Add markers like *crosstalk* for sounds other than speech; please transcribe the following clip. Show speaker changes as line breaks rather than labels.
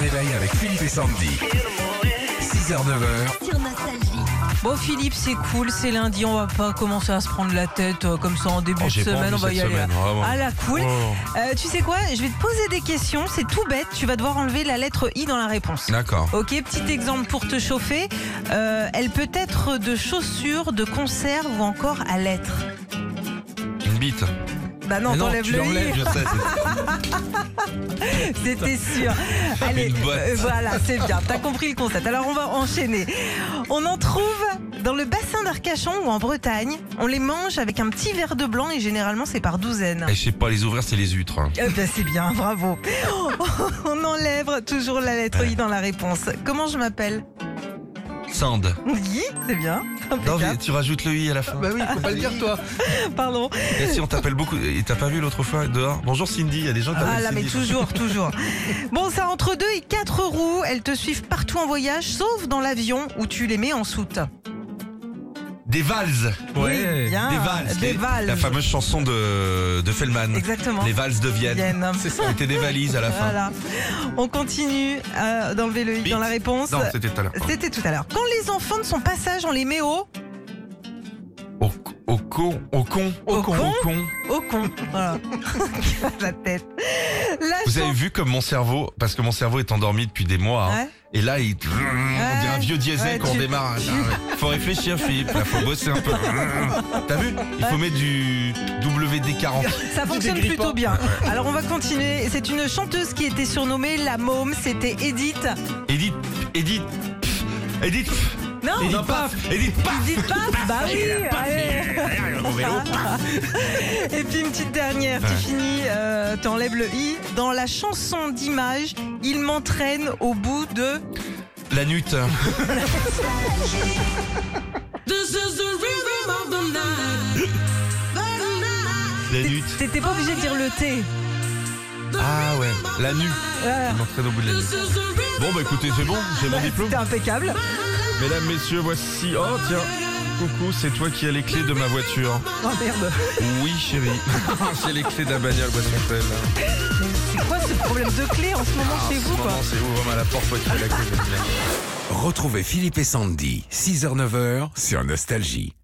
réveil avec Philippe et Sandy. 6h, 9h,
Sur Nostalgie.
Bon Philippe, c'est cool, c'est lundi, on va pas commencer à se prendre la tête euh, comme ça en début
Oh,
de
j'ai pas
semaine,
envie
on va
cette
y aller
semaine,
à-
vraiment.
à la cool.
Oh.
Euh, tu sais quoi Je vais te poser des questions, c'est tout bête, tu vas devoir enlever la lettre I dans la réponse.
D'accord.
Ok, petit exemple pour te chauffer. Euh, elle peut être de chaussures, de conserve ou encore à lettres.
Une bite.
Bah non,
Mais non,
t'enlèves
tu
le
l'enlèves,
I,
je sais.
*laughs* c'était sûr. Allez,
Une boîte.
euh, voilà, c'est bien, t'as compris le concept. Alors on va enchaîner. On en trouve dans le bassin d'Arcachon ou en Bretagne. On les mange avec un petit verre de blanc et généralement c'est par douzaine.
Et Eh, je sais pas, les ouvrières, c'est les huîtres. hein.
Eh ben, c'est bien, bravo. On enlève toujours la lettre I dans la réponse. Comment je m'appelle
Sand.
Guy, c'est bien.
Non, mais
Impeccable.
tu rajoutes le i à la fin. Bah oui, faut pas le dire, toi.
Pardon.
Et si on t'appelle beaucoup. Et t'as pas vu l'autre fois dehors Bonjour Cindy, il y a des gens qui
Ah
appellent
là, mais
Cindy.
toujours, toujours. Bon, ça entre deux et quatre roues. Elles te suivent partout en voyage, sauf dans l'avion où tu les mets en soute.
Des valses.
Oui, bien.
Des valses.
Des
Les-
valses.
La fameuse chanson de, de Fellman.
Exactement.
Les valses de Vienne.
Vienne. hein.
C'est ça. C'était des valises à la fin.
Voilà. On continue euh, d'enlever le i
Vite.
dans la réponse.
Non, c'était tout à l'heure.
C'était tout à l'heure. Quand les enfants de son passage, on les met au,
Au, au con. Au con.
Au con
Au con.
au con. Voilà. *laughs* la tête. La
Vous avez
chanson-
vu comme mon cerveau, parce que mon cerveau est endormi depuis des mois, hein.
Ouais.
et là il on dirait un vieux diesel
Ouais,
qu'on
tu- *laughs*
démarre.
tu-
Ah ouais. Faut réfléchir Philippe, là faut bosser
*laughs*
un peu. T'as vu Il faut mettre du
*laughs*
WD-40.
Ça fonctionne plutôt bien. Alors on va continuer. C'est une chanteuse qui était surnommée la môme. C'était Edith.
Edith, Edith, pff, Edith, pff,
Oh, Non,
Edith, paf, Edith, paf.
Edith Piaf. Bah oui. allez. Et puis une petite dernière.
Ouais.
Tu finis. euh, T'enlèves le i. Dans la chanson d'image, il m'entraîne au bout de.
La hein. nuit. La nuit.
T'étais pas obligé de dire le T.
Ah ouais, la nuit.
Voilà.
Il m'entraîne au bout de la nuit. Bon bah écoutez, c'est bon, j'ai mon diplôme.
C'était impeccable.
Mesdames, messieurs, voici. Oh tiens, coucou, c'est toi qui as les clés de ma voiture.
Oh merde.
Oui, chérie. *laughs* J'ai les clés de la bagnole, Boisson-Tel.
C'est quoi ce problème de clé en ce moment chez vous quoi
Ah, c'est ouvre-moi la porte, toi qui as la clé.
Retrouvez Philippe et Sandy, 6h, 9h sur Nostalgie.